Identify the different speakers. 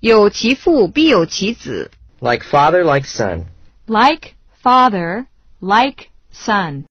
Speaker 1: 有其父必有其子。
Speaker 2: Like father, like son.
Speaker 3: like father, like son.